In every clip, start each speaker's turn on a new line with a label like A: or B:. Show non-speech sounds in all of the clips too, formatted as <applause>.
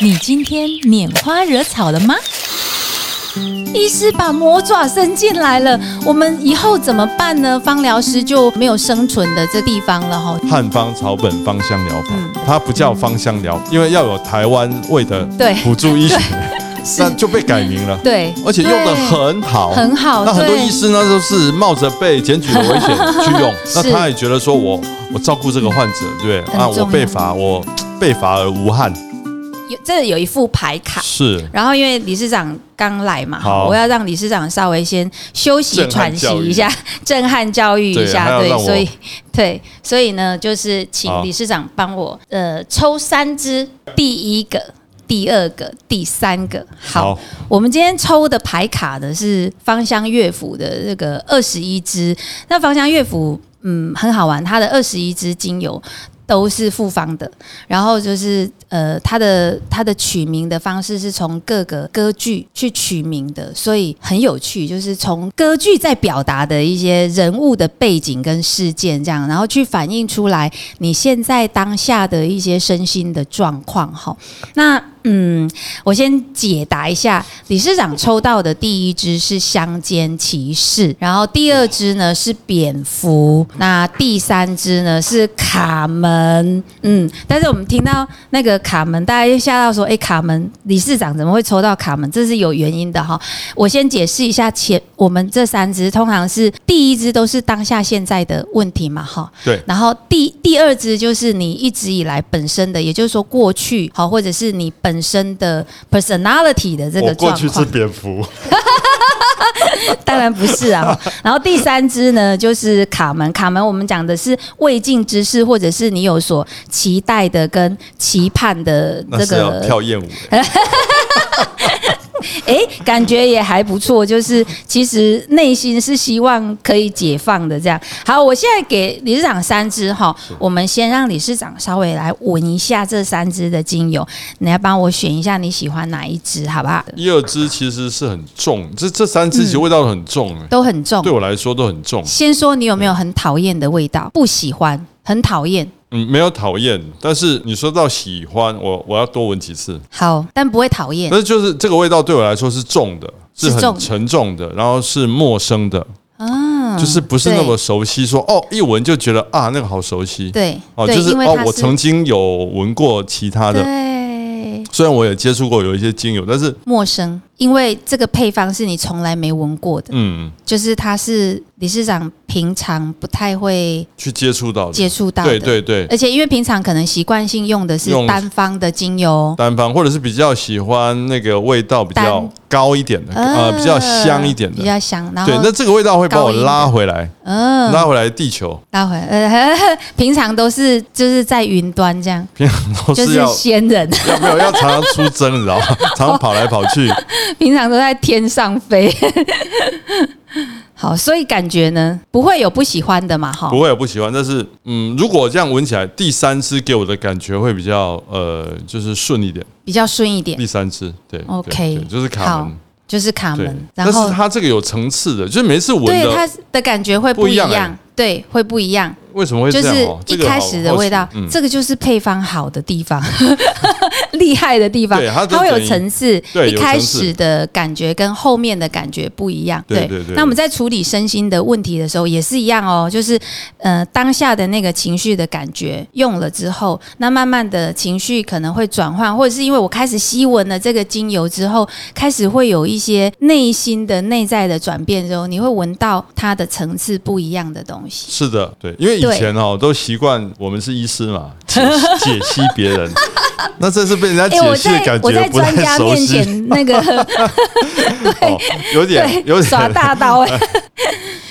A: 你今天拈花惹草了吗？
B: 医师把魔爪伸进来了，我们以后怎么办呢？芳疗师就没有生存的这地方了哈。
C: 汉方草本芳香疗法
B: 嗯，
C: 它不叫芳香疗，因为要有台湾味的
B: 对
C: 辅助医学， <laughs> 那就被改名了。
B: 对，
C: 而且用的很好，
B: 很好
C: 那很多
B: 对
C: 医师呢都是冒着被检举的危险去
B: <laughs>
C: 用，那
B: 是
C: 他也觉得说我我照顾这个患者，对不对？
B: 很
C: 啊，我
B: 重要
C: 被罚，我被罚而无憾，
B: 有这有一副牌卡。
C: 是
B: 然后因为理事长刚来嘛，
C: 好
B: 我要让理事长稍微先休息
C: 震撼
B: 喘息
C: 教育
B: 一下， <laughs> 震撼教育一
C: 对还
B: 下，
C: 要
B: 对
C: 让，我
B: 所以 <laughs> 对，所以呢，就是请
C: 好
B: 理事长帮我呃抽三支，第一个、第二个、第三个。好，
C: 好
B: 我们今天抽的牌卡的是芳香乐府的这个二十一支，那芳香乐府嗯很好玩，它的二十一支精油都是复方的，然后就是呃，它的它的取名的方式是从各个歌剧去取名的，所以很有趣，就是从歌剧在表达的一些人物的背景跟事件这样，然后去反映出来你现在当下的一些身心的状况哈。那嗯，我先解答一下，理事长抽到的第一支是乡间骑士，然后第二支呢是蝙蝠，那第三支呢是卡门。嗯，但是我们听到那个卡门，大家就吓到说：“哎、卡门，理事长怎么会抽到卡门？这是有原因的哈。”我先解释一下前我们这三支通常是第一支都是当下现在的问题嘛哈，
C: 对
B: 然后第第二支就是你一直以来本身的，也就是说过去好，或者是你本身的 personality 的这
D: 我
B: 个
D: 过
B: 状
D: 去是
B: 况，
D: 蝙蝠，
B: 当然不是
C: <laughs>
B: 啊。哈然后第三支呢就是卡门，卡门我们讲的是未尽之事，或者是你有所期待的跟期盼的
C: 那
B: 这
C: 是要
B: 个
C: 跳艳
B: <laughs>
C: 舞的，
B: 哎，感觉也还不错，就是其实内心是希望可以解放的这样。好，我现在给理事长三支哈，我们先让理事长稍微来闻一下这三支的精油，你来帮我选一下你喜欢哪一支，好不好？
C: 一二支其实是很重，这这三支其实味道很重，哎
B: 都很嗯重
C: 对。我来说都很重。
B: 先说你有没有很讨厌的味道？不喜欢，很讨厌。
C: 嗯，没有讨厌，但是你说到喜欢，我我要多闻几次。
B: 好，但不会讨厌
C: 但。是就是这个味道对我来说是重的，
B: 是重
C: 是
B: 的
C: 很沉重的，然后是陌生的，
B: 啊
C: 就是不是那么熟悉。说哦，一闻就觉得啊，那个好熟悉。
B: 对
C: 哦，
B: 对，
C: 就是
B: 因为
C: 哦
B: 它，
C: 我
B: 是
C: 曾经有闻过其他的，
B: 对
C: 虽然我也接触过有一些精油，但是
B: 陌生，因为这个配方是你从来没闻过的。
C: 嗯，
B: 就是他是理事长平常不太会
C: 去接触到的
B: 接触到的，
C: 对对对，
B: 而且因为平常可能习惯性用的是
C: 用
B: 单方的精油，
C: 单方或者是比较喜欢那个味道比较
B: 单啊
C: 高一点的，呃，比较香一点
B: 比
C: 的。
B: 较香。然后
C: 对，那这个味道会把
B: 高
C: 我
B: 音的
C: 拉回来，
B: 嗯，
C: 拉回来地球， <laughs>
B: 拉回来，呃， <laughs> 平常都是就是在云端这样，
C: 平常都
B: 就是是
C: 要
B: 仙人，
C: 要没有要常常出征，你
B: <laughs>
C: 知道吗？常常跑来跑去，
B: 平常都在天上飞。好，所以感觉呢，不会有不喜欢的嘛，哈
C: 不。会有不喜欢，但是嗯，如果这样闻起来，第三支给我的感觉会比较呃，就是顺一点。
B: 比较顺一点，
C: 第三支，对对
B: OK，
C: 对就是卡门，
B: 就是卡
C: 对
B: 门，，然
C: 但
B: 后
C: 是它这个有层次的，就是每次闻
B: 对它
C: 的
B: 的感觉会不
C: 不
B: 一
C: 一样
B: 样
C: 哎，
B: 对，会不一样。
C: 为什么会
B: 就
C: 这样
B: 是
C: 哦？
B: 一
C: 这个好
B: 开始的味道
C: 好，奇嗯，
B: 这个就是配方好的地方， <laughs> 厉害的地方
C: 对它，就
B: 会有
C: 等于
B: 层次。
C: 对
B: 一
C: 有
B: 开
C: 层次
B: 始的感觉跟后面的感觉不一样。
C: 对对对
B: 那我们在处理身心的问题的时候也是一样哦，就是呃当下的那个情绪的感觉用了之后，那慢慢的情绪可能会转换，或者是因为我开始吸闻了这个精油之后，开始会有一些内心的内在的转变之后，你会闻到它的层次不一样的东西。
C: 是的，对，因为以
B: 对
C: 前哦都习惯我们是医师嘛，解解析别
B: <laughs>
C: 人，那这次被人家
B: 哎，我
C: 解析的
B: 在
C: 感
B: 我在
C: 觉不
B: 专
C: 太
B: 家
C: 熟
B: 面
C: 悉，
B: 前那
C: <laughs>
B: 个
C: 哦，有点有
B: 对耍
C: 点
B: 大刀 <laughs>
C: <laughs>
B: 哎、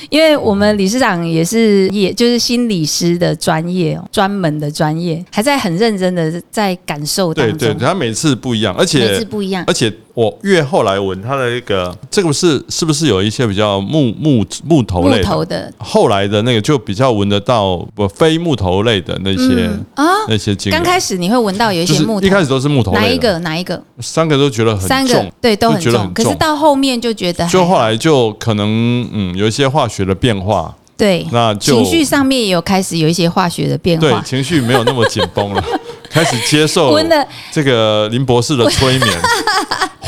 B: 因为我们理事长也是也就是心理师的专业哦，专门的专业，还在很认真的在感受当
C: 对
B: 中，
C: 对，它每次不一样，而
B: 每
C: 且
B: 次不一样。
C: 而且我越后来闻它的那个，这个是是不是有一些比较木木木头
B: 木
C: 类
B: 头
C: 的？
B: 的
C: 后来的那个就比较闻得到不非木头类的那些、
B: 啊，
C: 那些精油
B: 刚，开始你会闻到有一
C: 就
B: 些
C: 是
B: 木头，
C: 一开始都是木头类的
B: 哪一个哪一个
C: 三个都觉得很
B: 三个
C: 重，
B: 对都很
C: 就觉得
B: 重，
C: 很
B: 可是
C: 重。
B: 到后面就觉得还
C: 就
B: 好
C: 后来就可能嗯有一些化学的变化，
B: 对
C: 那就
B: 情绪上面也有开始有一些化学的变
C: 对
B: 化， <laughs>
C: 情绪没有那么紧绷了，开始接受
B: 闻了
C: 这个林博士的催
B: <laughs>
C: 眠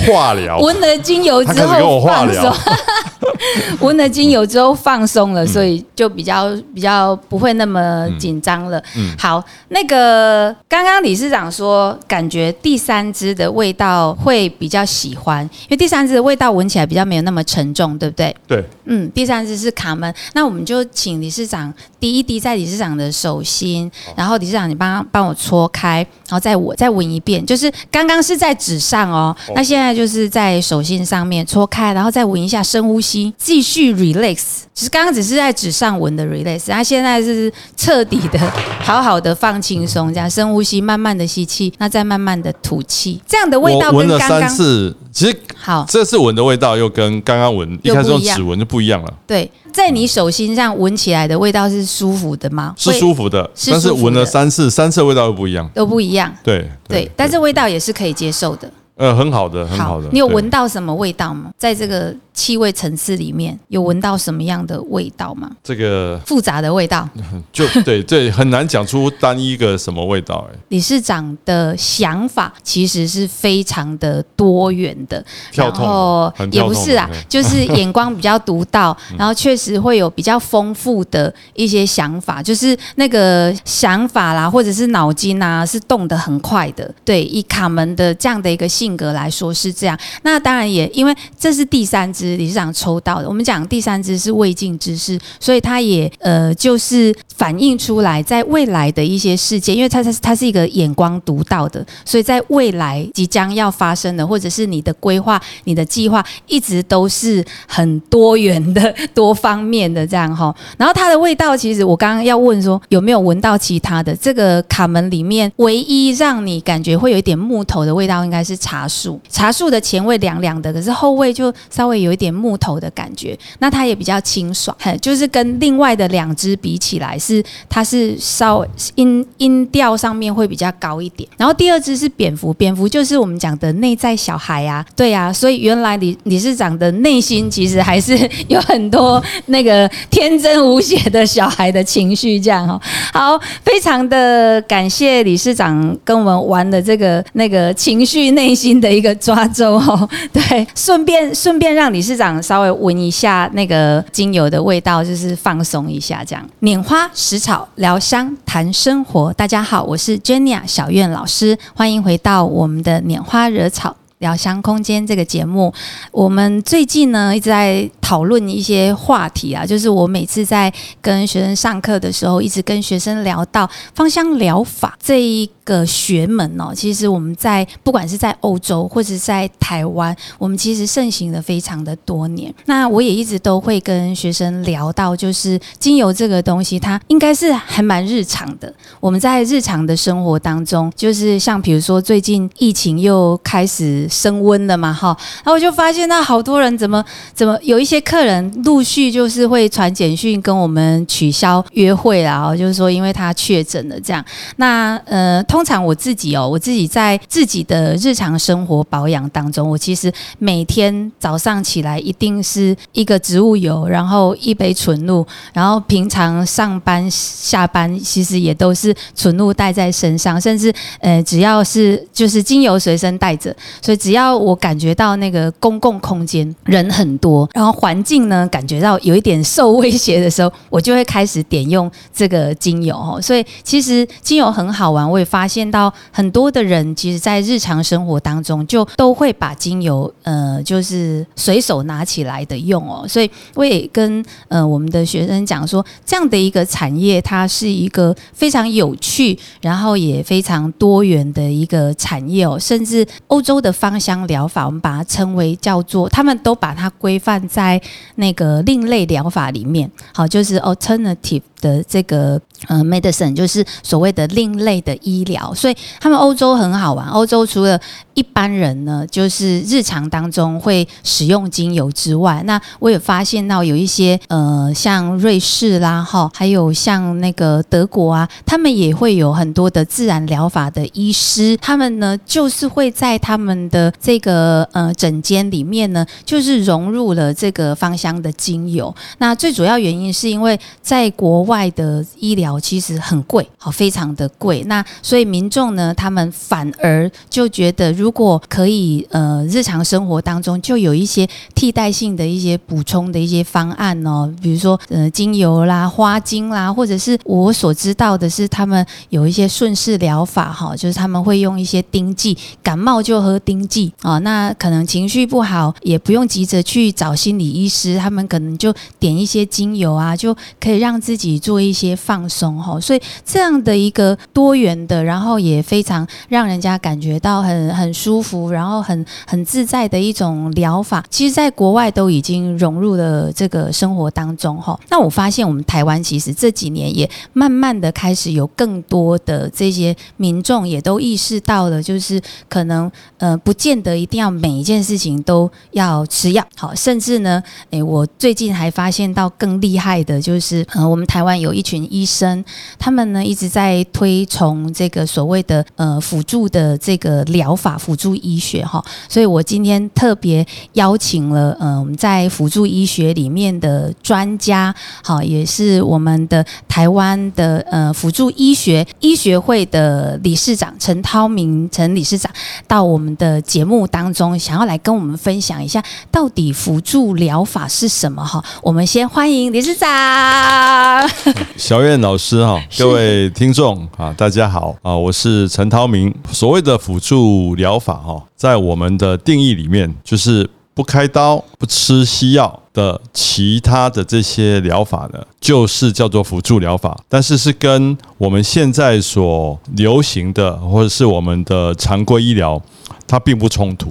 C: 化疗，
B: 闻了精油
C: 他
B: 之
C: 开始跟我
B: 后
C: 化
B: 放
C: 疗
B: 松，， <laughs> 闻了精油之后放松
C: 嗯
B: 了，所以就比较比较不会那么紧张了。
C: 嗯
B: 好，那个刚刚理事长说，感觉第三支的味道会比较喜欢，因为第三支的味道闻起来比较没有那么沉重，对不对？
C: 对，
B: 嗯，第三支是卡门，那我们就请理事长滴一滴在理事长的手心，然后理事长你帮帮我搓开，然后再我再闻一遍，就是刚刚是在纸上哦，那现在就是在手心上面搓开，然后再闻一下，深呼吸，继续 relax。其实刚刚只是在纸上闻的 relax，那现在是彻底的、好好的放轻松，这样深呼吸，慢慢的吸气，那再慢慢的吐气，这样的味
C: 我
B: 道
C: 闻
B: 跟
C: 了
B: 刚
C: 三
B: 刚
C: 次，其实
B: 好。
C: 这次闻的味道又跟刚刚闻一
B: 又
C: 开始
B: 不
C: 用
B: 一样
C: 指闻就不一样了，
B: 对，在你手心上闻起来的味道是舒服的吗？
C: 是
B: 会
C: 舒服的，
B: 是
C: 但是
B: 舒服
C: 闻了
B: 的
C: 三次，三次的味道又不一样，
B: 都不一样。
C: 对
B: 对，但是味道也是可以接受的。
C: 呃很好的，很好的，
B: 你有
C: 对
B: 闻到什么味道吗？在这个气味层次里面，有闻到什么样的味道吗？
C: 这个
B: 复杂的味道，
C: 就对对很难讲出单一个什么味道，
B: <laughs>
C: 哎，
B: 理事长的想法其实是非常的多元的，
C: 跳
B: 然
C: 痛
B: 后
C: 很
B: 也
C: 跳
B: 不
C: 痛，
B: 是啊
C: 对，
B: <laughs>
C: 嗯
B: 就是眼光比较独到，
C: <laughs>
B: 然后确实会有比较丰富的一些想法，就是那个想法啦，或者是脑筋啊，是动得很快的。对，以卡门的这样的一个性格来说是这样。那当然也因为这是第三支理事长抽到的，我们讲第三支是未尽之事，所以它也呃就是反映出来在未来的一些事件，因为它它它是一个眼光独到的，所以在未来即将要发生的，或者是你的规划、你的计划，一直都是很多元的、多方面的这样哈。然后它的味道，其实我刚刚要问说有没有闻到其他的？这个卡门里面唯一让你感觉会有一点木头的味道，应该是茶树。茶树的前味凉凉的，可是后味就稍微有一点木头的感觉。那它也比较清爽，嘿就是跟另外的两只比起来是它是稍微音音调上面会比较高一点。然后第二只是蝙蝠，蝙蝠就是我们讲的内在小孩啊，对啊，所以原来理理事长的内心其实还是有很多那个天真无邪的小孩的情绪，这样哦。好，非常的感谢理事长跟我们玩的这个那个情绪内心的一个抓周哦。 <laughs> 对，顺便顺便让理事长稍微闻一下那个精油的味道，就是放松一下这样。拈花拾草，疗伤谈生活。大家好，我是 Jenny 小苑老师，欢迎回到我们的拈花惹草。疗伤空间这个节目，我们最近呢一直在讨论一些话题啊，就是我每次在跟学生上课的时候，一直跟学生聊到芳香疗法这一个学门哦。其实我们在不管是在欧洲或者在台湾，我们其实盛行了非常的多年。那我也一直都会跟学生聊到，就是精油这个东西，它应该是还蛮日常的。我们在日常的生活当中，就是像比如说最近疫情又开始升温了嘛，哈，然后我就发现那好多人怎么怎么有一些客人陆续就是会传简讯跟我们取消约会啦，哦就是说因为他确诊了这样。那呃，通常我自己哦，我自己在自己的日常生活保养当中，我其实每天早上起来一定是一个植物油，然后一杯纯露，然后平常上班下班其实也都是纯露带在身上，甚至呃只要是就是精油随身带着，所以只要我感觉到那个公共空间人很多，然后环境呢感觉到有一点受威胁的时候，我就会开始点用这个精油哦。 <laughs> 所以其实精油很好玩，我也发现到很多的人其实，在日常生活当中就都会把精油呃就是随手拿起来的用哦。所以我也跟呃我们的学生讲说，这样的一个产业，它是一个非常有趣，然后也非常多元的一个产业哦。甚至欧洲的芳香疗法，我们把它称为叫做，他们都把它规范在那个另类疗法里面。好，就是 alternative 的这个呃 medicine，就是所谓的另类的医疗。所以他们欧洲很好玩，欧洲除了一般人呢，就是日常当中会使用精油之外，那我也发现到有一些呃，像瑞士啦，哈，还有像那个德国啊，他们也会有很多的自然疗法的医师，他们呢就是会在他们的这个呃诊间里面呢，就是融入了这个芳香的精油。那最主要原因是因为在国外的医疗其实很贵，好，非常的贵。那所以民众呢，他们反而就觉得，如果可以，呃，日常生活当中就有一些替代性的一些补充的一些方案哦，比如说，呃，精油啦、花精啦，或者是我所知道的是，他们有一些顺势疗法哈、就是他们会用一些丁剂，感冒就喝丁剂啊、那可能情绪不好，也不用急着去找心理医师，他们可能就点一些精油啊，就可以让自己做一些放松哈、所以这样的一个多元的，然后也非常让人家感觉到很很舒服，然后很很自在的一种疗法，其实在国外都已经融入了这个生活当中哈、那我发现我们台湾其实这几年也慢慢的开始有更多的这些民众也都意识到了，就是可能呃不见得一定要每一件事情都要吃药，好，甚至呢，诶，我最近还发现到更厉害的就是，呃，我们台湾有一群医生，他们呢一直在推崇这个所谓的呃辅助的这个疗法、辅助医学哈、所以我今天特别邀请了呃我们在辅助医学里面的专家，好、也是我们的台湾的呃辅助医学医学会的理事长陈涛明陈理事长到我们的节目当中，想要来跟我们分享一下到底辅助疗法是什么哈、我们先欢迎理事长。
C: 小燕老师哈，各位听众啊，大家好啊，我是陈涛明。所谓的辅助疗法哈，在我们的定义里面，就是不开刀、不吃西药的其他的这些疗法呢，就是叫做辅助疗法，但是是跟我们现在所流行的或者是我们的常规医疗，它并不冲突。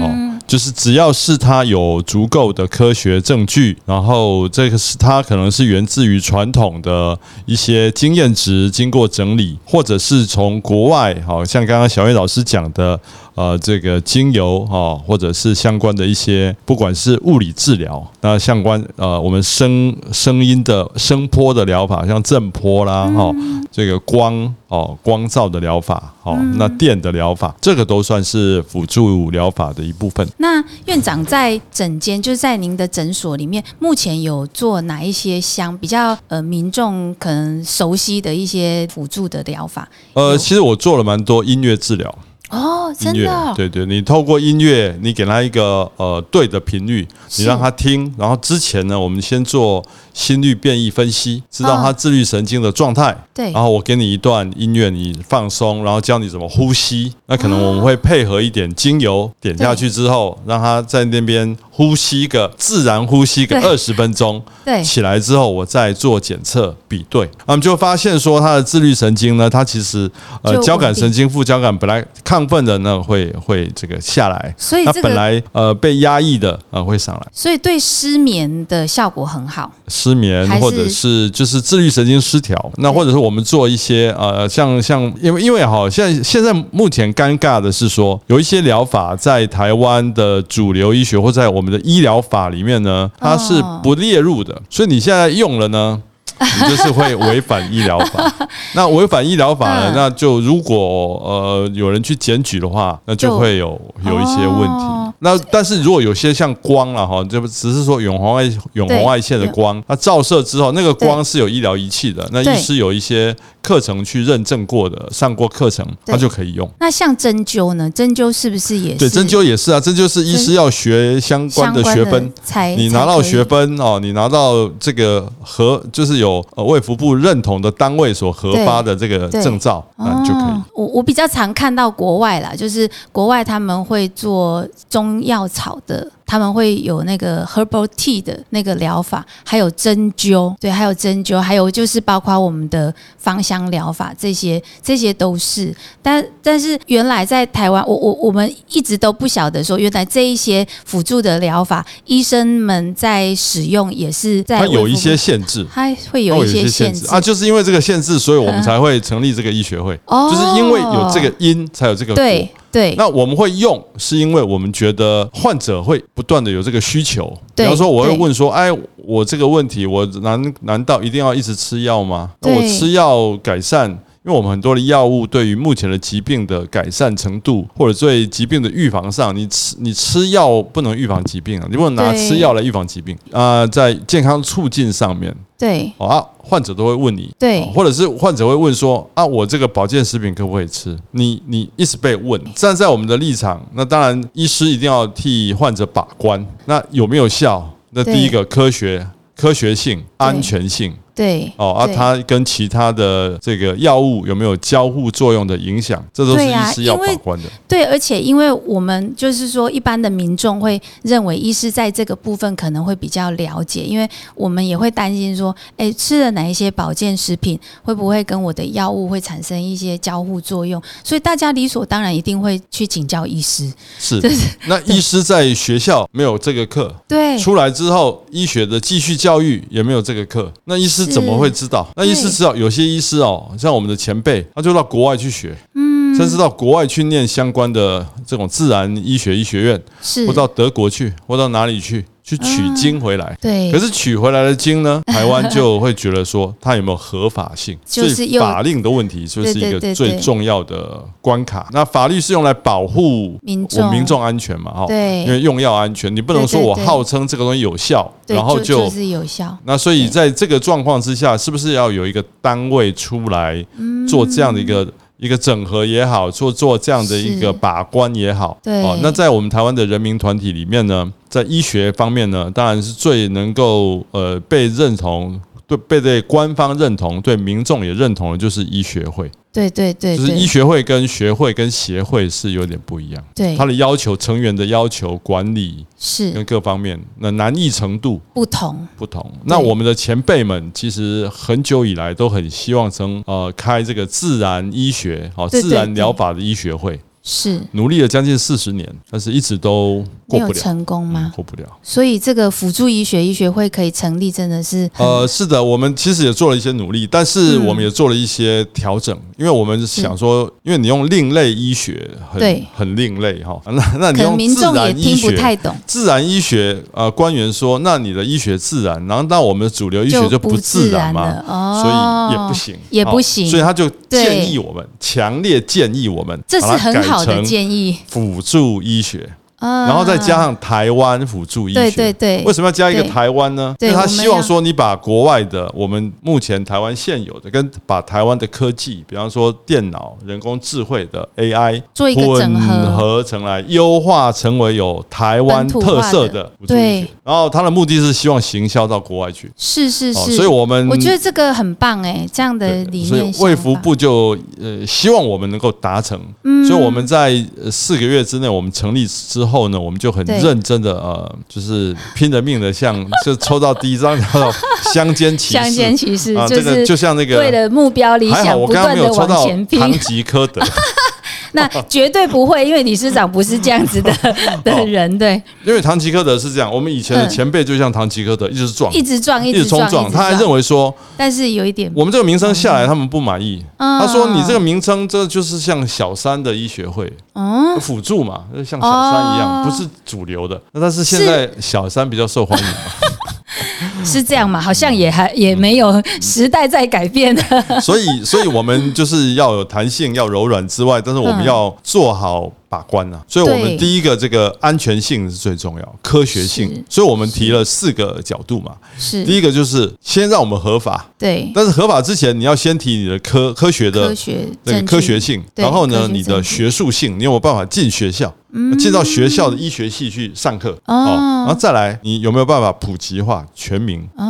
C: 哦，就是只要是它有足够的科学证据，然后这个是它可能是源自于传统的一些经验值，经过整理，或者是从国外，好、像刚刚小叶老师讲的，呃，这个精油哈、哦或者是相关的一些，不管是物理治疗，那相关呃，我们声声音的声波的疗法，像震波啦，
B: 嗯
C: 哈、这个光哦，光照的疗法，哦，
B: 嗯
C: 那电的疗法，这个都算是辅助疗法的一部分。
B: 那院长在诊间，就是在您的诊所里面，目前有做哪一些相比较呃民众可能熟悉的一些辅助的疗法？
C: 呃，
B: 有
C: 其实我做了蛮多音乐治疗，
B: 哦，
C: 音
B: 真
C: 乐
B: 的哦、
C: 对对，你透过音乐，你给他一个呃对的频率，你让他听，然后之前呢，我们先做心率变异分析，知
B: 嗯
C: 道他自律神经的状态。
B: 对
C: 然后我给你一段音乐，你放松，然后教你怎么呼吸。那可能我们会配合一点精油，点下去之后，让他在那边呼吸个自然呼吸个
B: 对
C: 二十分钟。
B: 对
C: 起来之后，我再做检测比对，那我们就发现说，他的自律神经呢，它其实呃
B: 就稳定
C: 交感神经、副交感本来亢奋的呢会会这个下来，
B: 所以
C: 那
B: 这
C: 本
B: 个，
C: 来呃被压抑的呃会上来，
B: 所以对失眠的效果很好。
C: 失眠
B: 还是
C: 或者是就是自律神经失调，那
B: 对
C: 或者是我们做一些呃像像因为因为哈，现在现在目前尴尬的是说，有一些疗法在台湾的主流医学或在我们的医疗法里面呢，
B: 哦
C: 它是不列入的，所以你现在用了呢。你就是会违反医疗
B: <laughs>
C: 法，那违反医疗法呢
B: 嗯？
C: 那就如果呃有人去检举的话，那就
B: 就
C: 会有有一些问题。
B: 哦
C: 那但是如果有些像光了哈，就只是说远红外远红外线的
B: 对
C: 光，那照射之后，那个
B: 对
C: 光是有医疗仪器的，那
B: 对
C: 医师有一些课程去认证过的，上过课程，
B: 对
C: 他就可以用。
B: 那像针灸呢？针灸是不是也是
C: 对，针灸也是啊，针灸是医师要学相关
B: 相
C: 的
B: 关
C: 学分。
B: 才
C: 你拿到学
B: 分
C: 分哦，你拿到这个和就是有呃卫福部认同的单位所核发的这个
B: 对对
C: 证照，那啊就可以
B: 哦。我我比较常看到国外啦，就是国外他们会做中药草的，他们会有那个 herbal tea 的那个疗法，还有针灸，对，还有针灸，还有就是包括我们的芳香疗法，这些这些都是。但但是原来在台湾，我我我们一直都不晓得说，原来这一些辅助的疗法，医生们在使用也是在
C: 它有
B: 为
C: 一
B: 服
C: 些
B: 务，
C: 限制。
B: 它会
C: 它
B: 有
C: 会
B: 一些限制嗯
C: 啊，就是因为这个限制，所以我们才会成立这个医学会，
B: 哦
C: 就是因为有这个因，才有这个果。
B: 对对
C: 那我们会用，是因为我们觉得患者会不断的有这个需求。比
B: 对
C: 方说，我会
B: 对
C: 问说：“哎，我这个问题，我难难道一定要一直吃药吗？那我
B: 对
C: 吃药改善？”因因为我们很多的药物对于目前的疾病的改善程度，或者对疾病的预防上，你吃你吃药不能预防疾病啊，你不能拿
B: 对
C: 吃药来预防疾病啊、在健康促进上面，
B: 对
C: 哦啊，患者都会问你，
B: 对
C: 哦或者是患者会问说啊，我这个保健食品可不可以吃？你你一直被问，站在我们的立场，那当然医师一定要替患者把关，那有没有效？那
B: 对
C: 第一个科学科学性、安全性
B: 对
C: 哦啊，
B: 对
C: 它跟其他的这个药物有没有交互作用的影响，这都是
B: 对
C: 医
B: 啊
C: 师要
B: 因
C: 把
B: 为
C: 关的。
B: 对，而且因为我们就是说，一般的民众会认为医师在这个部分可能会比较了解，因为我们也会担心说，哎，吃了哪一些保健食品会不会跟我的药物会产生一些交互作用，所以大家理所当然一定会去请教医师。
C: 是，那医师在学校没有这个课，
B: 对，
C: 出来之后，医学的继续教育也没有这个课，那医师怎么会知道？那医师知道，有些医师哦，像我们的前辈，他就到国外去学，嗯，甚至到国外去念相关的这种自然医学医学院，
B: 是
C: 或到德国去，或到哪里去去取经回来。
B: 对，
C: 可是取回来的经
B: <laughs>
C: 呢，台湾就会觉得说它有没有合法性，
B: 就是
C: 所以
B: 又
C: 法令的问题就是一
B: 对对
C: 个
B: 对
C: 最
B: 对
C: 重要的关卡。那法律是用来保护
B: 民
C: 我
B: 众
C: 民众安全嘛，哈，
B: 对
C: 因为用药安全，你不能说
B: 对对
C: 我
B: 对
C: 号称这个东西有效，
B: 对
C: 然后
B: 就
C: 就。
B: 是有效。
C: 那所以在这个状况之下，是不是要有一个单位出来做这样的一个、一个整合也好，做做这样的一个
B: 嗯是
C: 把关也好？哦
B: 对
C: 那在我们台湾的人民团体里面呢，在医学方面呢，当然是最能够呃被认同。对，被对官方认同，对民众也认同的，就是医学会，
B: 对对对
C: 就是医
B: 对
C: 学会跟学会跟协会是有点不一样。它
B: 对，
C: 的要求、成员的要求、管理跟
B: 是
C: 各方面，那难易程度
B: 不同。
C: 不同。那我们的前辈们其实很久以来都很希望从呃开这个自然医学、哦
B: 对
C: 自然
B: 对
C: 疗法的医学会，
B: 是
C: 努力了将近四十年，但是一直都
B: 没
C: 过
B: 有
C: 不了，
B: 成功
C: 嗯
B: 吗？
C: 过不
B: <laughs>
C: 了。
B: 所以这个辅助医学医学会可以成立，真的是很
C: 呃，是的，我们其实也做了一些努力，但是
B: 嗯
C: 我们也做了一些调整，因为我们想说，因为你用另类医学很
B: 对
C: 很另类哈，那那你
B: 可能
C: 用
B: 民
C: 自
B: 众也
C: 然医
B: 听不
C: 学，
B: 太懂，
C: 自然医学呃官员说，那你的医学自然，然后那我们的主流医学就不
B: 不
C: 自
B: 自
C: 然嘛，
B: 了哦，
C: 所以也不。行，
B: 也不
C: 哦
B: 行
C: 所以他就
B: 对
C: 建议我们，强烈建议我们，
B: 这是很好的
C: 议。
B: 建议，
C: 辅助医学，
B: 啊
C: 然后再加上台湾辅助医学，
B: 对对对
C: 为什么要加一个
B: 对
C: 台湾呢？因
B: 对
C: 为他
B: 我们
C: 希望
B: 要
C: 说你把国外的我们目前台湾现有的，跟把台湾的科技，比方说电脑、人工智慧的 AI
B: 做一个整
C: 混
B: 合，
C: 合成来，优化成为有台湾特色的辅助医学
B: 对。
C: 然后他的目的是希望行销到国外去，
B: 是是
C: 哦
B: 是，
C: 所以我们
B: 我觉得这个很棒哎，这样的
C: 对
B: 理
C: 所
B: 念
C: 以
B: 想法，
C: 卫福部就呃希望我们能够达成，
B: 嗯
C: 所以我们在呃四个月之内，我们成立之后呢，我们就很
B: 对
C: 认真的呃，就是拼了命的像就抽到第一张叫做乡间骑士，
B: 相间骑士
C: 啊，
B: 就
C: 这个
B: 是
C: 就像那
B: 为
C: 个。
B: 了目标理
C: 还好
B: 想
C: 我
B: 不
C: 刚刚
B: 断
C: 没
B: 的
C: 有抽
B: 往
C: 到
B: 前拼
C: 堂，吉诃德，
B: 那绝对不
C: <laughs>
B: 会，因为理事长不是这样子的的人，对，
C: 因为堂吉诃德是这样，我们以前的
B: 嗯
C: 前辈就像堂吉诃德，一直撞，
B: 一直撞，一
C: 直
B: 直
C: 冲撞，
B: 撞，
C: 他还认
B: 为，
C: 为说
B: 但是有一点，
C: 我们这个名称下来，他们不满意，
B: 他
C: 他说你这个名称这就是像小三的医学会，
B: 嗯
C: 辅助嘛，就像小三一样，
B: 哦
C: 不是主流的。那但是现在小三比较受
B: <laughs>
C: 欢迎嘛，
B: 是这样嘛？好像也还也没有时代在改
C: <laughs>
B: 变的，
C: 所以所以我们就是要有弹性，要柔软之外，但是我们
B: 嗯
C: 要做好把关啊。所以我们
B: 对
C: 第一个这个安全性是最重要，科学性
B: 是。
C: 所以我们提了四个角度嘛，
B: 是，
C: 第一个就是先让我们合法，
B: 对，
C: 但是合法之前你要先提你的科科学的
B: 科学
C: 那个
B: 证据
C: 科学性，
B: 对
C: 然后呢
B: 科，学
C: 你的
B: 证据嗯
C: 学术性，你有没有办法进学校，进到学校的医学系去上课？
B: 哦
C: 然后再来，你有没有办法普及化全民？哦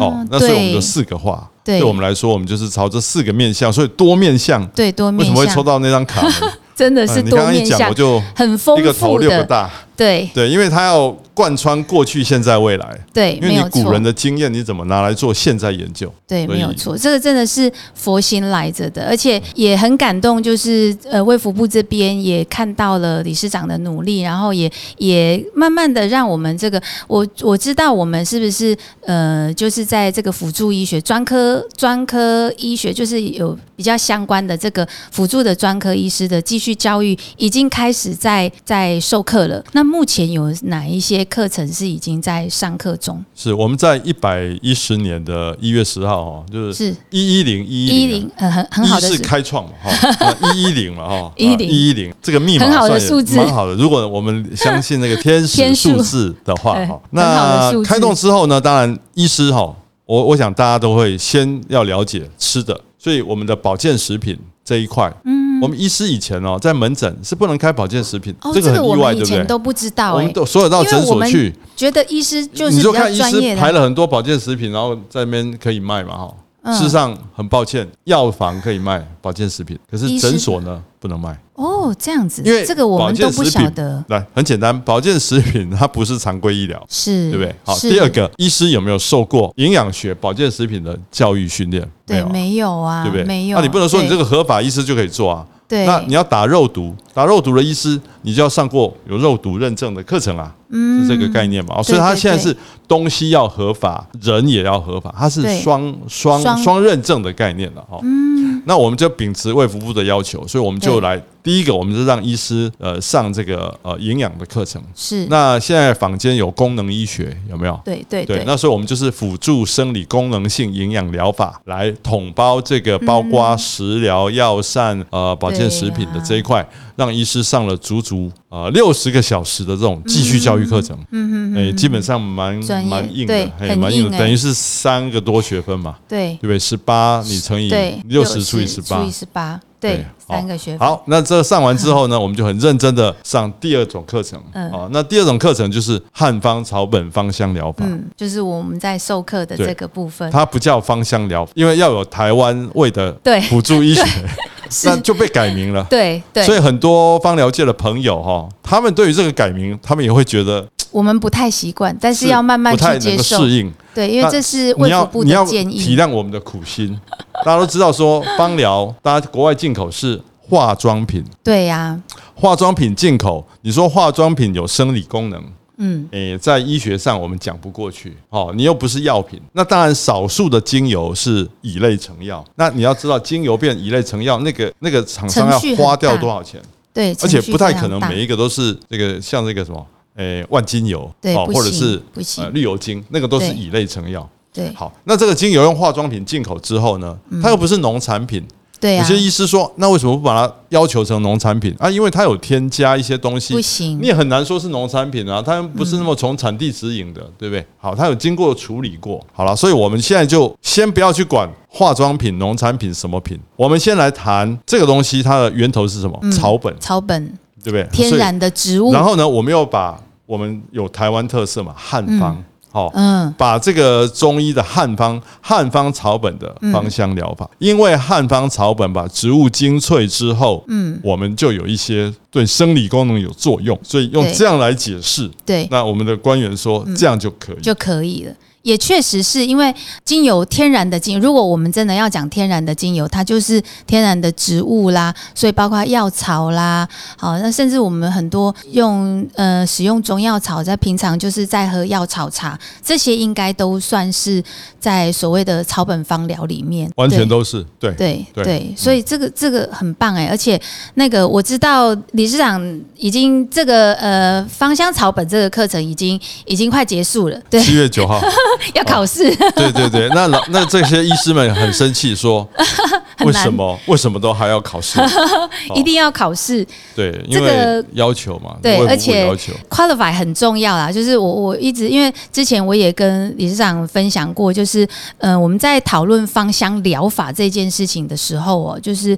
B: 哦，
C: 那是我们的
B: 对
C: 四个化。
B: 对
C: 对我们来说，我们就是朝这四个面向，所以多面向
B: 对多
C: 为
B: 面
C: 什
B: 向，
C: 么会抽到那张卡呢？
B: 真的
C: 呃
B: <laughs> 是
C: 你
B: 多
C: 刚刚一
B: 面
C: 讲，我
B: 向，
C: 就
B: 很丰
C: 一个头
B: 富
C: 六个
B: 的，
C: 大。
B: 对
C: 对，因为它要贯穿过去、现在、未来。
B: 对，
C: 因
B: 没
C: 为
B: 有
C: 你古
B: 错
C: 人，的经验，你怎么拿来做现在研究？
B: 对，
C: 所
B: 没有
C: 以
B: 错，这个真的是佛心来着的，而且也很感动，就是呃，卫福部这边也看到了理事长的努力，然后也也慢慢的让我们这个，我我知道我们是不是呃，就是在这个辅助医学专科专科医学，就是有比较相关的这个辅助的专科医师的继续教育，已经开始在在授课了。那目前有哪一些课程是已经在上课中？
C: 是我们在一百一十年的一月十号哦，就是
B: 是
C: 一一零一
B: 一零，呃，很很好的
C: 一是
B: 是
C: 开创嘛
B: <laughs>
C: 哈，一一零嘛哈，啊
B: 110
C: 一一零这个密码
B: 很好的
C: 算也
B: 数字
C: 蛮好的。如果我们相信那个天
B: <laughs>
C: 使
B: 天数
C: 数字的话
B: 对
C: 哈，
B: 很好的
C: 那
B: 数字
C: 开动之后呢，当然医师哈，我我想大家都会先要了解吃的，所以我们的保健食品这一块，嗯，我们医师以前哦在门诊是不能开保健食品，
B: 哦，
C: 这个很
B: 我
C: 意外，
B: 们以
C: 对
B: 前
C: 不对？
B: 都不知道
C: 我
B: 哎、
C: 们都所有到
B: 因为
C: 诊
B: 我
C: 所
B: 们
C: 去，
B: 觉得医师就是
C: 你就
B: 比较
C: 看医
B: 专业
C: 师
B: 的，
C: 排了很多保健食品，然后在那边可以卖嘛哈。
B: 嗯
C: 事实上，很抱歉，药房可以卖保健食品，可是
B: 医师
C: 诊所呢不能卖，
B: 哦，这样子，
C: 因为
B: 这个我
C: 保
B: 们
C: 健
B: 都
C: 食
B: 不
C: 品
B: 晓得，
C: 来，很简单，保健食品它不是常规医疗，
B: 是
C: 对不对？好，
B: 是
C: 第二个，医师有没有受过营养学、保健食品的教育训练？
B: 对
C: 没有啊，
B: 没有啊，
C: 对不对？
B: 没有，
C: 那你不能说你这
B: 个
C: 个合法医师就可以做啊。
B: 对，
C: 那你要打肉毒，打肉毒的医师，你就要上过有肉毒认证的课程啊，是这个概念嘛？哦所以它
B: 嗯对对
C: 现在是东西要合法，人也要合法，它是
B: 对
C: 双双
B: 双嗯
C: 双认证的概念了哦。那我们就秉持卫福部的要求，所以我们
B: 对
C: 就来第一个，我们就让医师呃上这个呃营养的课程。
B: 是
C: 那现在坊间有功能医学有没有？
B: 对对
C: 哎对，那所以我们就是辅助生理功能性营养疗法来统包这个包括食疗、药膳、呃保健食品的这一块，让医师上了足足呃六十个小时的这种继续教育课程，嗯嗯，哎、基本上蛮
B: 专业
C: 蛮硬的
B: 对，
C: 嘿
B: 很
C: 蛮硬的，
B: 硬
C: 欸
B: 哎
C: 等于是三个多学分嘛，
B: 对
C: 对不对？十八你乘以
B: 对
C: 六十除以十
B: 60
C: 八
B: 除以。十八，对，
C: 好
B: 三个学分，
C: 好，那这上完之后呢，我们就很认真的上第二种课程。
B: 嗯
C: 哦，那第二种课程就是汉方草本芳香疗法。
B: 嗯，就是我们在授课的
C: 对
B: 这个部分，
C: 它不叫芳香疗，因为要有台湾味的
B: 对
C: 辅助医学，
B: 是
C: <laughs> 那，就被改名了。
B: 对对，
C: 所以很多芳疗界的朋友哈，他们对于这个改名，他们也会觉得
B: 我们不太习惯，但是要慢慢
C: 不太
B: 去接
C: 能够
B: 受，
C: 适应。
B: 对，因为
C: 那
B: 这是卫
C: 你
B: 福
C: 要
B: 部
C: 你
B: 的
C: 要
B: 建
C: 体
B: 议，
C: 谅我们的苦心。大家都知道说芳疗，大家国外进口是化妆品，
B: 对啊呀，
C: 化妆品进口，你说化妆品有生理功能，
B: 嗯，
C: 诶、在医学上我们讲不过去哦。你又不是药品，那当然少数的精油是乙类成药。那你要知道，精油变乙类成药，那个那个厂商
B: 程序
C: 要
B: 很大
C: 花掉多少钱？
B: 对，
C: 而且不太可
B: 程序非常
C: 能
B: 大
C: 每一个都是这个像这个什么，诶、万金油哦
B: 对不
C: 或者是
B: 行不行
C: 呃绿油精，那个都是
B: 对
C: 乙类成药。
B: 对嗯
C: 好，那这个精油用化妆品进口之后呢，它又不是农产品，
B: 对
C: 有
B: 啊，
C: 些医师说，那为什么不把它要求成农产品啊？因为它有添加一些东西，
B: 不行
C: 你也很难说是农产品啊，它不是那么从产地直引的，对不对？好，它有经过处理过，好了，所以我们现在就先不要去管化妆品、农产品什么品，我们先来谈这个东西它的源头是什么，
B: 嗯
C: 草本，
B: 草本
C: 对不对？
B: 天然的植
C: 所
B: 物
C: 以。，然后呢，我们又把我们有台湾特色嘛，汉方，好、
B: 嗯，
C: 把这个中医的汉方汉方草本的芳香疗
B: 嗯
C: 法，因为汉方草本把植物精粹之后，嗯，我们就有一些对生理功能有作用，所以用
B: 对
C: 这样来解释。
B: 对，嗯
C: 那我们的官员说这样就可以，
B: 就可以了。也确实是因为精油天然的精油，如果我们真的要讲天然的精油，它就是天然的植物啦，所以包括药草啦，好，那甚至我们很多用呃使用中药草，在平常就是在喝药草茶，这些应该都算是在所谓的草本芳疗里面，
C: 完全
B: 对
C: 都是对。
B: 对
C: 对
B: 对，所以这个这个很棒哎，而且那个我知道理事长已经这个呃芳香草本这个课程已经已经快结束了，对，
C: 七月九号，
B: <laughs> 要考试，
C: 对对对，那老那这些医师们很生气，说为什么为什么都还要
B: <laughs>
C: 考试？
B: 一定要考试
C: 对，
B: 这
C: 因
B: 个
C: 为要求嘛，
B: 对
C: 卫福部
B: 而且
C: 要求，
B: ，qualify 很重要啦。就是我我一直因为之前我也跟理事长分享过，就是呃我们在讨论芳香疗法这件事情的时候哦，就是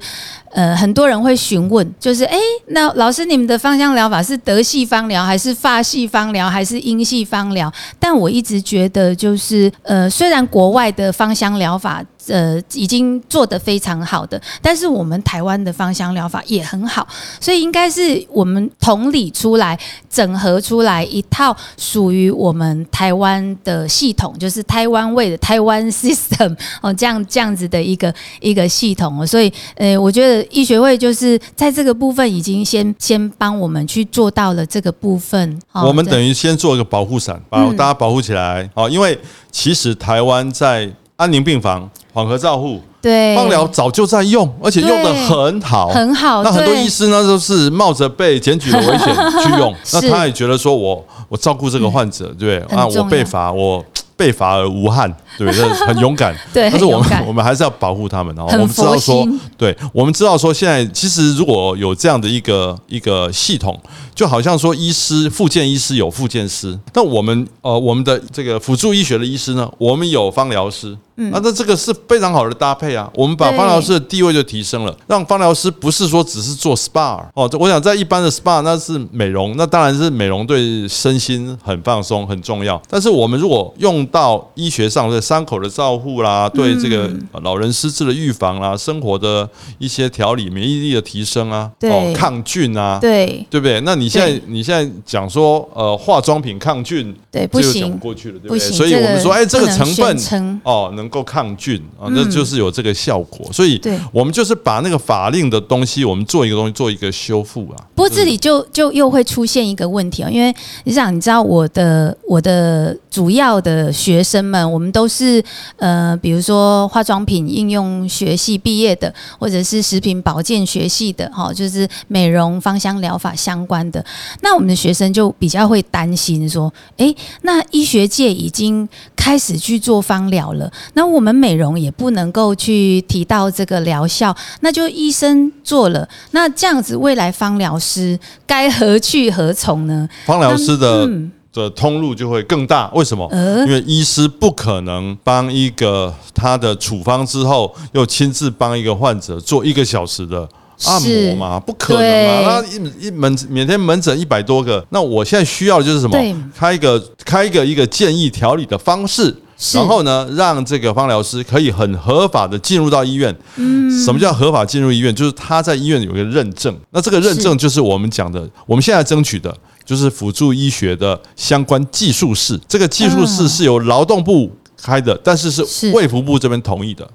B: 呃很多人会询问，就是哎，诶那老师你们的芳香疗法是德系芳疗还是法系芳疗还是英系芳疗？但我一直觉得，就是呃，虽然国外的芳香疗法呃已经做得非常好的，但是我们台湾的芳香疗法也很好，所以应该是我们同理出来，整合出来一套属于我们台湾的系统，就是台湾味的台湾 <laughs> system 哦，这样这样子的一个一个系统哦，所以呃，我觉得医学会就是在这个部分已经先先帮我们去做到了这个部分。哦
C: 我们
B: 对嗯
C: 等于先做一个保护伞，把大家保护起来。哦，因为其实台湾在安宁病房、缓和照护、
B: 对，
C: 放疗早就在用，而且用的很好，
B: 很好，
C: 那很多
B: 哦对
C: 医师呢，都是冒着被检举的危险去
B: <laughs>
C: 用，那
B: 是嗯
C: 他也觉得说我我照顾这个患者，对不对，
B: 很
C: 啊，
B: 重要。
C: 我被罚，我被罚而无憾，对不对，这很勇敢
B: <laughs> 对
C: 但是我
B: 很勇
C: 们
B: 敢
C: 我们还是要保护他们哦。我
B: 很
C: 们知道
B: 佛
C: 说
B: 心，
C: 对，我们知道说，现在其实如果有这样的一个一个系统，就好像说医师、复健医师有复健师，那我们呃我们的这个辅助医学的医师呢，我们有芳疗师，嗯，啊，那这个是非常好的搭配啊，我们把
B: 对
C: 芳疗师的地位就提升了，让芳疗师不是说只是做 SPA 哦，这我想在一般的 SPA 那是美容，那当然是美容对身心很放松很重要，但是我们如果用到医学上对伤口的照护啦，
B: 嗯
C: 对这个呃老人失智的预防啦，生活的一些调理、免疫力的提升啊，
B: 对
C: 哦，抗菌啊，
B: 对
C: 对不对？那你现在
B: 对
C: 你现在讲说，呃，化妆品抗菌，
B: 对，
C: 这
B: 不
C: 个讲
B: 行
C: 不，过去了，
B: 不
C: 对对？
B: 行
C: 所以
B: 这
C: 我
B: 个
C: 们说，哎，这个
B: 不能
C: 成
B: 宣
C: 分
B: 称嗯
C: 哦，能够抗菌啊，那就是有这个效果。所以
B: 对，
C: 我们就是把那个法令的东西，我们做一个东西，做一个修复啊。
B: 不过这里就就又会出现一个问题哦，因为你想，你知道我的我的主要的学生们，我们都是呃，比如说化妆品应用学系毕业的，或者是食品保健学系的，哈、就是美容芳香疗法相关的。那我们的学生就比较会担心说，诶，那医学界已经开始去做芳疗了，那我们美容也不能够去提到这个疗效，那就医生做了，那这样子未来芳疗师该何去何从呢？
C: 方疗师的
B: 嗯，
C: 的通路就会更大，为什么？
B: 呃
C: 因，为医师不可能帮一个他的处方之后，又亲自帮一个患者做一个小时的按摩
B: 是
C: 嘛，不可能啊！那一一门每天门诊一百多个，那我现在需要的就是什么
B: 对？
C: 开一个开一个一个建议调理的方式。
B: 是
C: 然后呢，让这个芳疗师可以很合法的进入到医院。嗯，什么叫合法进入医院？就是他在医院有一个认证，那这个认证就是我们讲的，我们现在争取的就是辅助医学的相关技术室。这个技术室
B: 嗯
C: 是由劳动部开的，但是是
B: 是
C: 卫福部这边同意的。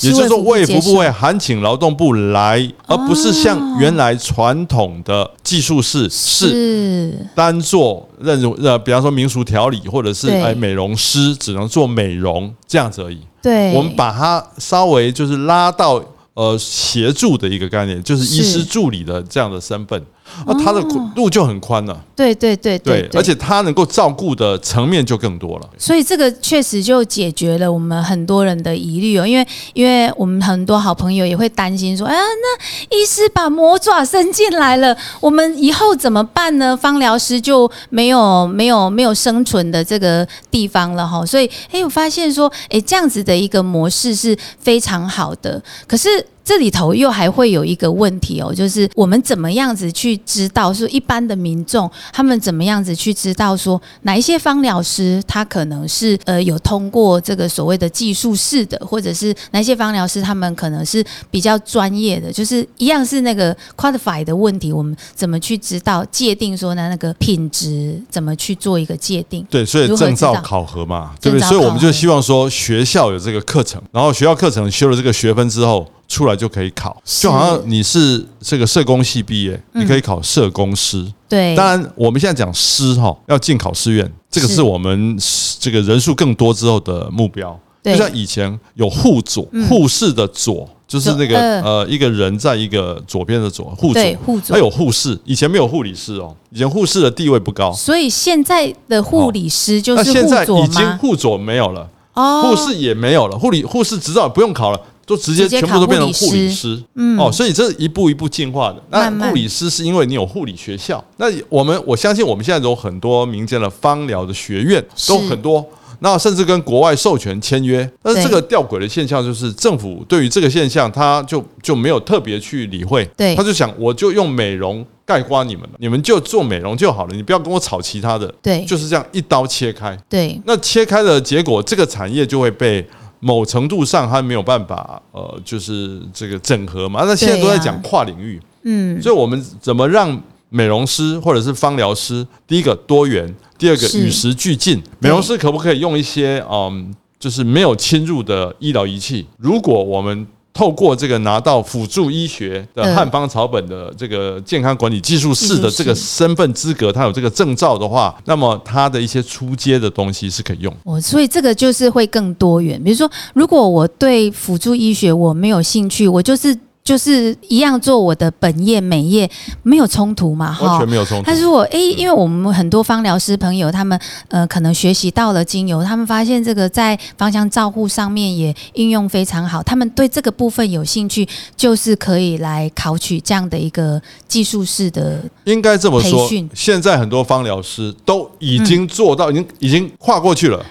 C: 也就是说，卫福部啊会函请劳动部来，而不是像原来传统的技术室是
B: 是
C: 单做任务呃，比方说民俗调理或者是
B: 对
C: 哎美容师，只能做美容这样子而已。
B: 对，
C: 我们把它稍微就是拉到呃协助的一个概念，就是医
B: 是
C: 师助理的这样的身份，那他的路就很宽了，
B: 对对对
C: 对，
B: 对，
C: 而且他能够照顾的层面就更多了。
B: 所以这个确实就解决了我们很多人的疑虑哦，因为因为我们很多好朋友也会担心说，啊，那医师把魔爪伸进来了，我们以后怎么办呢？芳疗师就没有没有没有生存的这个地方了哈、所以，诶，我发现说，诶，这样子的一个模式是非常好的，可是。这里头又还会有一个问题哦，就是我们怎么样子去知道，是一般的民众他们怎么样子去知道说哪一些芳疗师他可能是呃有通过这个所谓的技术式的，或者是哪一些芳疗师他们可能是比较专业的，就是一样是那个 qualify 的问题，我们怎么去知道界定说呢那个品质怎么去做一个界定？
C: 对，所以
B: 如何
C: 证照
B: 知道
C: 考核嘛，对不
B: 证
C: 对？
B: 照
C: 所以我们
B: 考
C: 就
B: 核
C: 希望说学校有这个课程，然后学校课程修了这个学分之后，出来就可以考。就好像你是这个社工系毕业，你可以考社工师。
B: 对，
C: 当然，我们现在讲师哈，要进考试院，这个
B: 是
C: 是我们这个人数更多之后的目标。就
B: 对嗯
C: 像以前有护佐、护士的佐，就是那个
B: 佐呃
C: 呃一个人在一个左边的左护佐
B: 对，护佐
C: 还有护士，以前没有护理师哦，以前护士的地位不高。
B: 所以现在的护理师就
C: 哦那
B: 是
C: 现在
B: 护佐
C: 已经
B: 吗？
C: 护佐没有了，
B: 哦
C: 护士也没有了，护理护士执照也不用考了，都直接
B: 直接
C: 全
B: 考
C: 部都变成护
B: 护
C: 理
B: 理
C: 师。嗯，哦，所以这是一步一步进化的。那
B: 慢慢
C: 护理师是因为你有护理学校，那我们我相信我们现在有很多民间的芳疗的学院
B: 是
C: 都很多。那甚至跟国外授权签约，但是
B: 对
C: 这个吊诡的现象就是，政府对于这个现象，他就就没有特别去理会，
B: 对
C: 他就想我就用美容盖棺你们了，你们就做美容就好了，你不要跟我吵其他的，
B: 对
C: 就是这样一刀切开。
B: 对
C: 那切开的结果，这个产业就会被某程度上它没有办法呃，就是这个整合嘛。那现在都在讲跨领域，
B: 嗯
C: 所以我们怎么让美容师或者是芳疗师，第一个多元，第二个
B: 是
C: 与时俱进。美容师可不可以用一些嗯，就是没有侵入的医疗仪器？如果我们透过这个拿到辅助医学的
B: 嗯
C: 汉方草本的这个健康管理技术士的
B: 技术士
C: 这个身份资格，他有这个证照的话，那么他的一些出街的东西是可以用的。
B: 我所以这个就是会更多元。比如说，如果我对辅助医学我没有兴趣，我就是就是一样做我的本业美业，没有冲突嘛，
C: 完
B: 哈
C: 全。没有冲突嗯
B: 他。如果诶，因为我们很多芳疗师朋友，他们呃可能学习到了精油，他们发现这个在芳香照护上面也应用非常好，他们对这个部分有兴趣，就是可以来考取这样的一个技术式的
C: 应该这么说
B: 培训，嗯
C: 现在很多芳疗师都已经做到，已经已经跨
B: <laughs>
C: 过去了，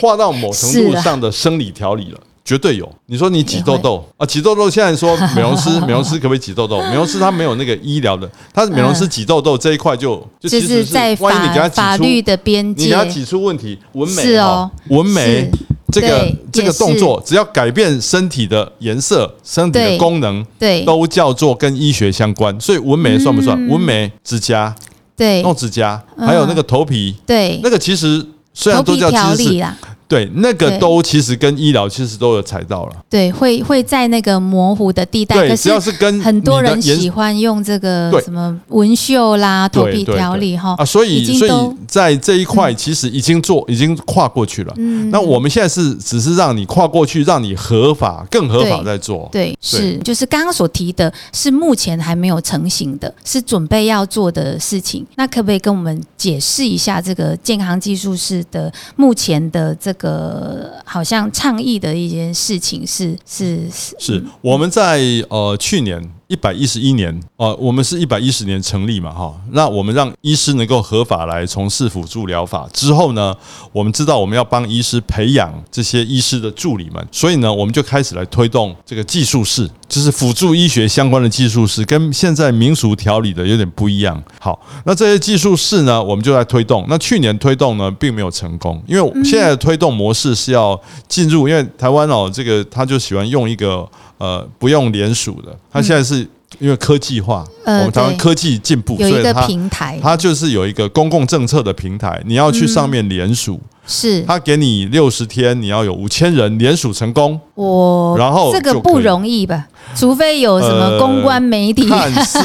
C: 跨到某程度
B: 是啊
C: 上的生理调理了。绝对有，你说你挤痘痘啊，挤痘痘现
B: <laughs>
C: 在说美容师，美容师可不可以挤痘痘？美容师他没有那个医疗的，他美容师挤痘痘这一块就
B: 嗯就
C: 就其实
B: 是在
C: 万一你给
B: 法
C: 他
B: 法
C: 挤出
B: 律的边
C: 你给他
B: 界。
C: 挤出问题，纹眉
B: 是
C: 哦
B: 哦，
C: 纹眉
B: 是
C: 这个
B: 对
C: 这个
B: 也是
C: 动作，只要改变身体的颜色、身体的
B: 对
C: 功能，
B: 对
C: 都叫做跟医学相关。所以纹眉算不算？纹眉、指甲、
B: 对
C: 弄指甲，
B: 嗯
C: 还有那个头皮，
B: 对，
C: 那个其实虽然
B: 头
C: 都
B: 皮
C: 叫
B: 调
C: 知
B: 理
C: 识，
B: 啦，
C: 对，那个
B: 对
C: 都其实跟医疗其实都有踩到了。
B: 对，会会在那个模糊的地带，
C: 对，
B: 可
C: 只要
B: 是
C: 是跟
B: 很多
C: 你的
B: 人
C: 颜
B: 喜欢用这个
C: 对
B: 什么纹绣啦、头
C: 对
B: 皮
C: 对
B: 调理哈
C: 啊，，所
B: 已
C: 以
B: 经
C: 所
B: 都
C: 以在这一块其实已经做已经跨过去了。
B: 嗯
C: 那我们现在是只是让你跨过去，让你合法更合法
B: 对
C: 在做。
B: 对是就是刚刚所提的，是目前还没有成型的，是准备要做的事情。那可不可以跟我们解释一下这个健康技术室的目前的这个好像倡议的一件事情是是是
C: 是我们在呃去年一百一十一年，呃，我们是一百一十年成立嘛，哈，那我们让医师能够合法来从事辅助疗法之后呢，我们知道我们要帮医师培养这些医师的助理们，所以呢，我们就开始来推动这个技术室，就是辅助医学相关的技术室，跟现在民俗调理的有点不一样。好，那这些技术室呢，我们就来推动。那去年推动呢，并没有成功，因为现在的推动模式是要进入，因为台湾哦，这个他就喜欢用一个呃不用联署的，他现在是因为科技化，
B: 呃
C: 我们台湾
B: 对
C: 科技进步，
B: 有
C: 所
B: 一
C: 以
B: 个
C: 他
B: 平台，
C: 它就是有一个公共政策的平台，你要去上面联署，
B: 是
C: 他给你六十天，你要有五千人联署成
B: <laughs>
C: 功，
B: 我
C: 然后
B: 这个
C: 就可
B: 不
C: 以呃
B: 容易吧？除非有什么公关媒体，
C: 看似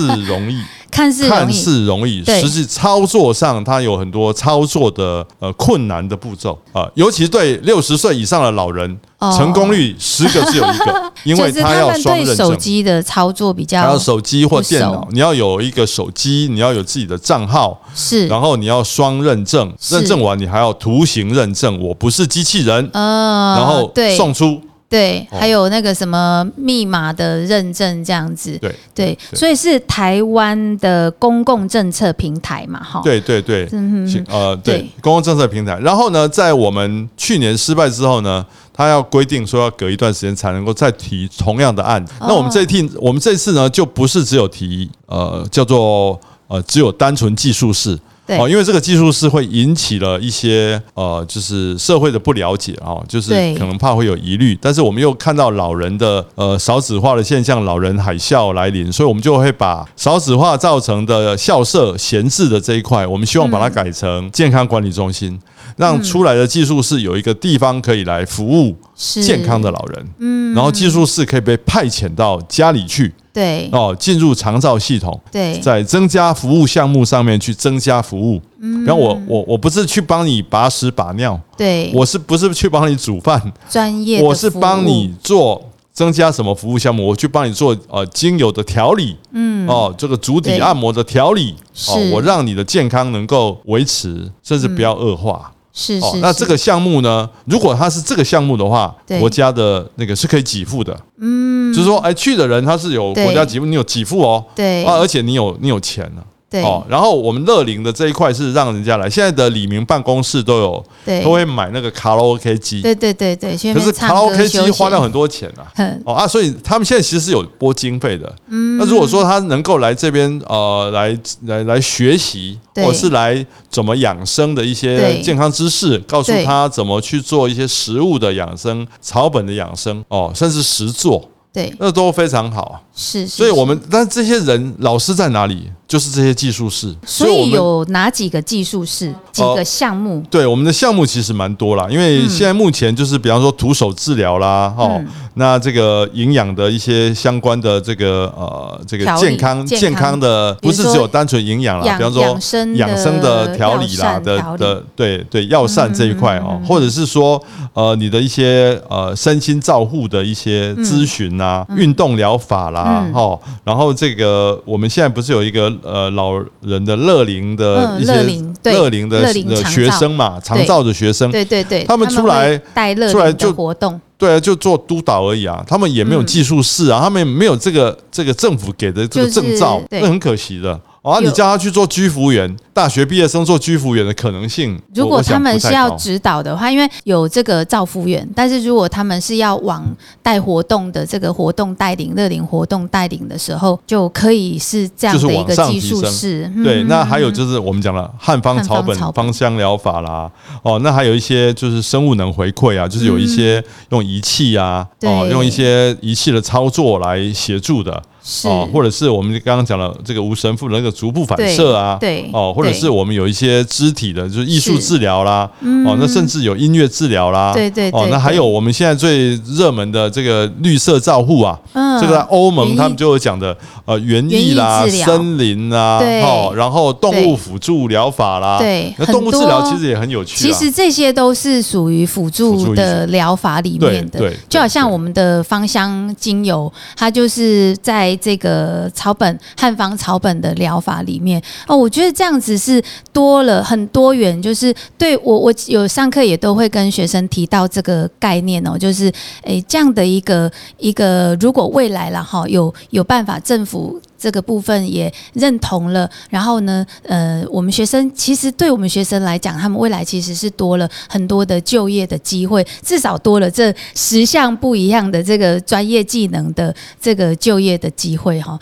B: <laughs>
C: 容易，
B: 看似容
C: 看
B: 易，
C: 似容易，
B: 对
C: 实际操作上它有很多操作的呃困难的步骤啊、呃尤其对六十岁以上的老人，
B: 哦
C: 成功率十个只有一
B: <laughs>
C: 个，因
B: 就
C: 为
B: 是
C: 他
B: 他
C: 要
B: 们
C: 双
B: 对
C: 认
B: 手
C: 证。
B: 机的操作比
C: 还
B: 较
C: 有手机或电
B: 不
C: 脑
B: 熟，
C: 你要有一个手机，你要有自己的账号，
B: 是
C: 然后你要双认证，
B: 是
C: 认证完你还要图形认证，我不是机器人，
B: 呃，
C: 然后
B: 对
C: 送出。
B: 对，
C: 哦
B: 还有那个什么密码的认证这样子，
C: 对
B: 对，
C: 对
B: 所以是台湾的公共政策平台嘛，哈，
C: 对对对，
B: 嗯
C: 行
B: 哼，
C: 呃，对
B: 对，
C: 公共政策平台。然后呢，在我们去年失败之后呢，他要规定说要隔一段时间才能够再提同样的案。
B: 哦
C: 那我们这一替我们这次呢，就不是只有提呃叫做呃只有单纯技术式。
B: 对
C: 哦，因为这个技术是会引起了一些呃，就是社会的不了解啊、哦，就是
B: 对
C: 可能怕会有疑虑，但是我们又看到老人的呃少子化的现象，老人海啸来临，所以我们就会把少子化造成的校舍闲置的这一块，我们希望把它改成健康管理中心，让出来的技术是有一个地方可以来服务
B: 是
C: 健康的，老人，嗯，然后技术是可以被派遣到家里去
B: 对
C: 哦，进入长照系统。
B: 对，
C: 在增加服务项目上面去增加服务。
B: 嗯
C: 然后我我我不是去帮你把屎把尿，
B: 对，
C: 我是不是去帮你煮饭？
B: 专业的
C: 我是
B: 服
C: 帮
B: 务
C: 你做增加什么服务项目？我去帮你做呃精油的调理，嗯，哦，这个足底
B: 对
C: 按摩的调理，哦
B: 是，
C: 我让你的健康能够维持，甚至不要恶化。
B: 是
C: 哦
B: 嗯是，，
C: 那
B: 是
C: 这个项目呢，如果它是这个项目的话，
B: 对
C: 国家的那个是可以给付的。嗯，就是说，哎，去的人他是有
B: 对
C: 国家给付，你有给付哦。
B: 对
C: 啊，而且你有你有钱呢、
B: 对
C: 哦，然后我们乐龄的这一块是让人家来，现在的李明办公室都有
B: 对
C: 都会买那个卡拉 OK 机，
B: 对对对对，去那
C: 可
B: 边
C: 是
B: 唱
C: 卡拉
B: 歌
C: OK
B: 休
C: 机花
B: 闲
C: 掉很多钱啊。
B: 哼
C: 哦啊，所以他们现在其实是有拨经费的。嗯，那如果说他能够来这边呃，来来来学习，
B: 对
C: 或者是来怎么养生的一些
B: 对
C: 健康知识，告诉
B: 对
C: 他怎么去做一些食物的养生、草本的养生哦，甚至实做，
B: 对，
C: 那都非常好。
B: 是，是
C: 所以我
B: 是
C: 们，但这些人老师在哪里？就是这些技术士。
B: 所
C: 我
B: 以
C: 们哦
B: 有哪几个技术是几个项目？嗯
C: 对我们的项目其实蛮多啦，因为现在目前就是比方说徒手治疗啦，哦，那这个营养的一些相关的这个呃这个
B: 调理
C: 健康
B: 健康
C: 健康的，
B: 比
C: 不
B: 如
C: 是
B: 说
C: 只有单纯营养啦，
B: 养
C: 比方说
B: 养生的
C: 养生的调理
B: 药
C: 啦
B: 膳
C: 的
B: 调理嗯
C: 的对对药膳这一块哦，或者是说呃你的一些呃身心照护的一些咨询啦、
B: 嗯
C: 运动疗法啦，哈，然后这个我们现在不是有一个呃老人的乐龄的
B: 嗯
C: 一些
B: 乐龄对
C: 乐龄的
B: 乐龄
C: 的
B: 长
C: 学
B: 照
C: 生嘛，长
B: 对
C: 照的学生，
B: 对对对，
C: 他们出来
B: 会带乐
C: 出来
B: 龄
C: 就
B: 的活动，
C: 对啊，就做督导而已啊，他们也没有技术室啊，他们也没有这个这个政府给的这个
B: 就是
C: 证照，
B: 对
C: 那很可惜的。哦啊，
B: 有
C: 你叫他去做居服务员，大学毕业生做居服务员的可能性，
B: 如
C: 我
B: 果
C: 我想
B: 他们
C: 不太
B: 是要
C: 高
B: 指导的话，因为有这个造福员，但是如果他们是要往带活动的这个活动带领、乐龄活动带领的时候，就可以是这样
C: 就是
B: 的一
C: 往
B: 个
C: 上
B: 技
C: 提
B: 术
C: 升
B: 是，
C: 对，
B: 嗯
C: 那还有就是我们讲了汉方
B: 汉
C: 草
B: 方
C: 本
B: 草、本
C: 芳香疗法啦，哦，那还有一些就是生物能回馈啊，就是有一些用仪器啊，
B: 嗯
C: 哦，
B: 对
C: 用一些仪器的操作来协助的，
B: 是
C: 哦，或者是我们刚刚讲了这个无神父的那个逐步反射啊，
B: 对对
C: 哦，或者
B: 哎对
C: 是我们有一些肢体的，就是艺术
B: 是嗯
C: 治疗啦，哦，那甚至有音乐治疗啦，
B: 对对
C: 哦，
B: 对
C: 那还
B: 对
C: 有我们现在最热门的这个绿色照护啊，
B: 嗯
C: 这个在欧盟
B: 园艺
C: 他们就有讲的，呃，园
B: 园
C: 艺
B: 艺
C: 啦、
B: 治疗
C: 森林啦，
B: 对
C: 哦，然后动物
B: 对
C: 辅助疗法啦，
B: 对
C: 啊那动物
B: 很
C: 治
B: 多
C: 疗其实也很有趣
B: 其
C: 啊，
B: 实这些都是属于辅
C: 辅助
B: 助
C: 医
B: 的疗法里
C: 对
B: 面
C: 对
B: 的
C: 对，
B: 就好像
C: 对
B: 我们的芳香精油，它就是在这个草本汉方草本的疗法里面哦。我觉得这样子是多了很多元，就是对我我有上课也都会跟学生提到这个概念哦，就是诶这样的一个一个，如果未来了哈有有办法政府。这个部分也认同了，然后呢，呃，我们学生其实对我们学生来讲，他们未来其实是多了很多的就业的机会，至少多了这十项不一样的这个专业技能的这个就业的机会哈。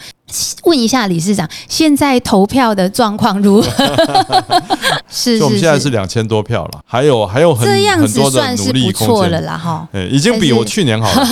B: 问一下理事长，现在投票的状况如何？
C: <laughs>
B: 是
C: 就我
B: 是
C: 们现在是两千多票了，还有还有很
B: 这样
C: 很
B: 子
C: 多的
B: 算是
C: 努力
B: 不
C: 空
B: 错
C: 间
B: 了。啦哈。
C: 诶，哎已经
B: 但
C: 比
B: 是
C: 我去年好了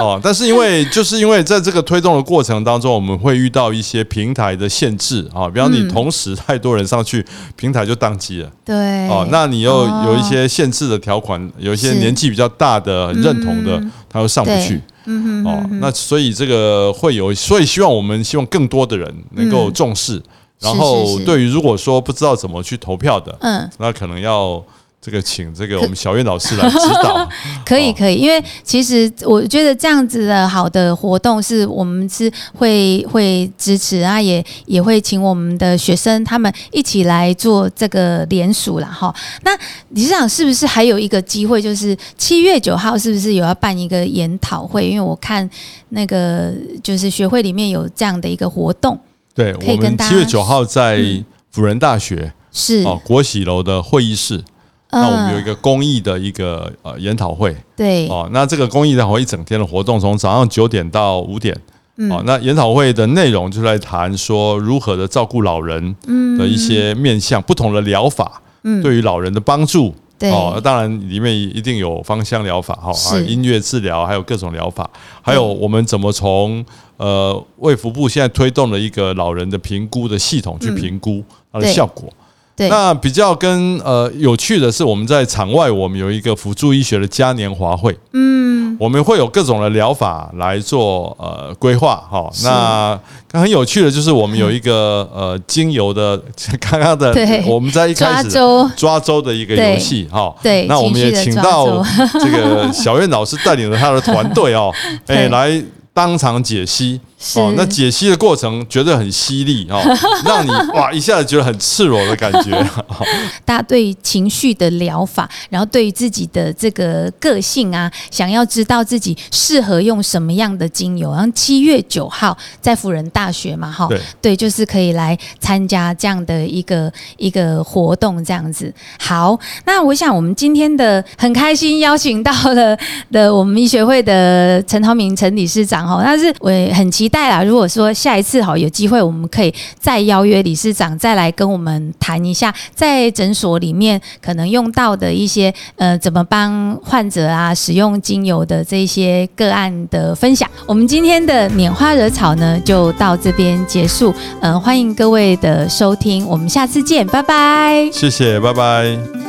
C: <laughs> 哦，但是因为就是因为在这个推动的过程当中，我们会遇到一些平台的限制啊、比方你同时太多人上去，平台就宕机了
B: 对
C: 哦，那你又
B: 哎哦
C: 有一些限制的条款，有一些
B: 是
C: 年纪比较大的、很认同的，他又上不去
B: 对。嗯哼
C: 哦，那所以这个会有，所以希望我们希望更多的人能够重视，然
B: 嗯是
C: 后
B: 是是
C: 对于如果说不知道怎么去投票的，
B: 嗯，
C: 那可能要这个请这个我们小苑老师来指
B: <laughs>
C: 导。
B: 可以
C: 哦
B: 可以，因为其实我觉得这样子的好的活动是我们是会会支持啊，也也会请我们的学生他们一起来做这个联署啦。哈。那理事长是不是还有一个机会，就是七月九号是不是有要办一个研讨会？因为我看那个就是学会里面有这样的一个活动，
C: 对，
B: 可以
C: 我们
B: 跟大
C: 七
B: 家嗯
C: 月九号在辅仁大学、
B: 是、嗯
C: 哦国喜楼的会议室，那我们有一个公益的一个呃研讨会
B: 对、
C: 哦，那这个公益的会一整天的活动，从早上九点到五点。
B: 嗯
C: 哦，那研讨会的内容就来谈说如何的照顾老人的一些面向，不同的疗法，
B: 嗯
C: 对于老人的帮助。
B: 对
C: 哦，那当然里面一定有芳香疗法哈，
B: 是
C: 还有音乐治疗，还有各种疗法，还有我们怎么从呃卫福部现在推动了一个老人的评估的系统去评估它的
B: 对
C: 效果。
B: 嗯对，
C: 那比较跟呃有趣的是，我们在场外我们有一个辅助医学的嘉年华会，嗯，我们会有各种的疗法来做呃规划哈。那刚很有趣的就是我们有一
B: <laughs>
C: 个呃精油的 <laughs> 刚刚的
B: 对，
C: 我们在一开
B: 抓
C: 始
B: 周
C: 抓周的一个游戏哈。
B: 对
C: 那我们也请
B: 情绪的抓
C: 到
B: 周
C: 这
B: <laughs>
C: 个小苑老师带领着他的团队哦，
B: 对
C: 哎来。当场解析
B: 是
C: 哦，那解析的过程觉得很犀利
B: <laughs>
C: 哦，让你哇一下子觉得很赤裸的感觉。哦
B: 大家对于情绪的疗法，然后对于自己的这个个性啊，想要知道自己适合用什么样的精油。然后七月九号在辅仁大学嘛，哈，
C: 对
B: 就是可以来参加这样的一个一个活动，这样子。好，那我想我们今天的很开心邀请到了 <laughs> 的我们医学会的陈涛明陈理事长哈，但是我也很期待啦。如果说下一次哈有机会，我们可以再邀约理事长再来跟我们谈一下，在诊所里面可能用到的一些呃怎么帮患者啊使用精油的这些个案的分享。我们今天的拈花惹草呢就到这边结束，呃，欢迎各位的收听，我们下次见，拜拜。
C: 谢谢，拜拜。